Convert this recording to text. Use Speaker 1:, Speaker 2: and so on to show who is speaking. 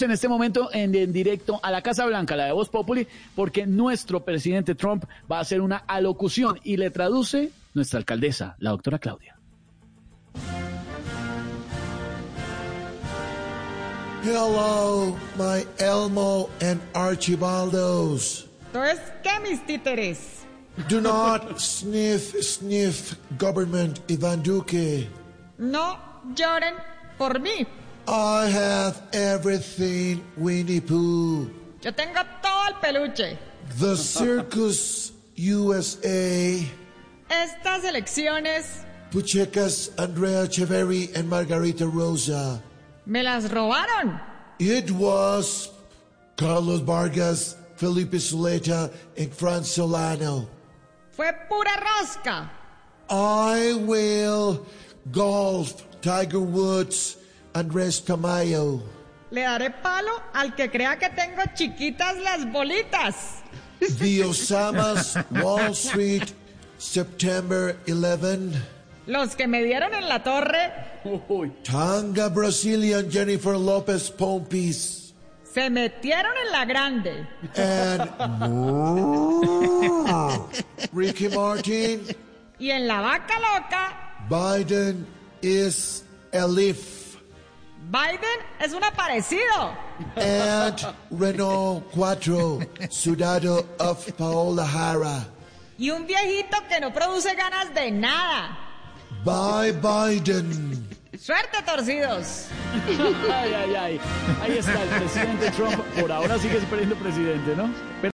Speaker 1: en este momento en, en directo a la Casa Blanca, la de Voz Populi, porque nuestro presidente Trump va a hacer una alocución y le traduce nuestra alcaldesa, la doctora Claudia.
Speaker 2: Hello, my Elmo and Archibaldos.
Speaker 3: Entonces, ¿qué mis títeres?
Speaker 2: Do not sniff, sniff, government Ivan Duque.
Speaker 3: No lloren por mí.
Speaker 2: I have everything, Winnie Pooh.
Speaker 3: Yo tengo todo el peluche.
Speaker 2: The Circus USA.
Speaker 3: Estas elecciones
Speaker 2: Puchecas, Andrea Cheveri, and Margarita Rosa.
Speaker 3: me las robaron.
Speaker 2: It was Carlos Vargas, Felipe Zuleta, and Franz Solano.
Speaker 3: Fue pura rosca.
Speaker 2: I will golf Tiger Woods, Andres Tamayo.
Speaker 3: Le daré palo al que crea que tengo chiquitas las bolitas.
Speaker 2: The Osama's Wall Street, September 11.
Speaker 3: Los que me dieron en la torre
Speaker 2: Tanga Brazilian Jennifer Lopez Pompis.
Speaker 3: se metieron en la grande.
Speaker 2: And Ricky Martin,
Speaker 3: Y en la vaca loca,
Speaker 2: Biden is a leaf.
Speaker 3: Biden es un aparecido.
Speaker 2: And Renault Cuatro, Sudado of Paola Jara.
Speaker 3: Y un viejito que no produce ganas de nada.
Speaker 2: Bye Biden.
Speaker 3: Suerte, torcidos.
Speaker 1: Ay, ay, ay. Ahí está el presidente Trump. Por ahora sigue siendo presidente, ¿no?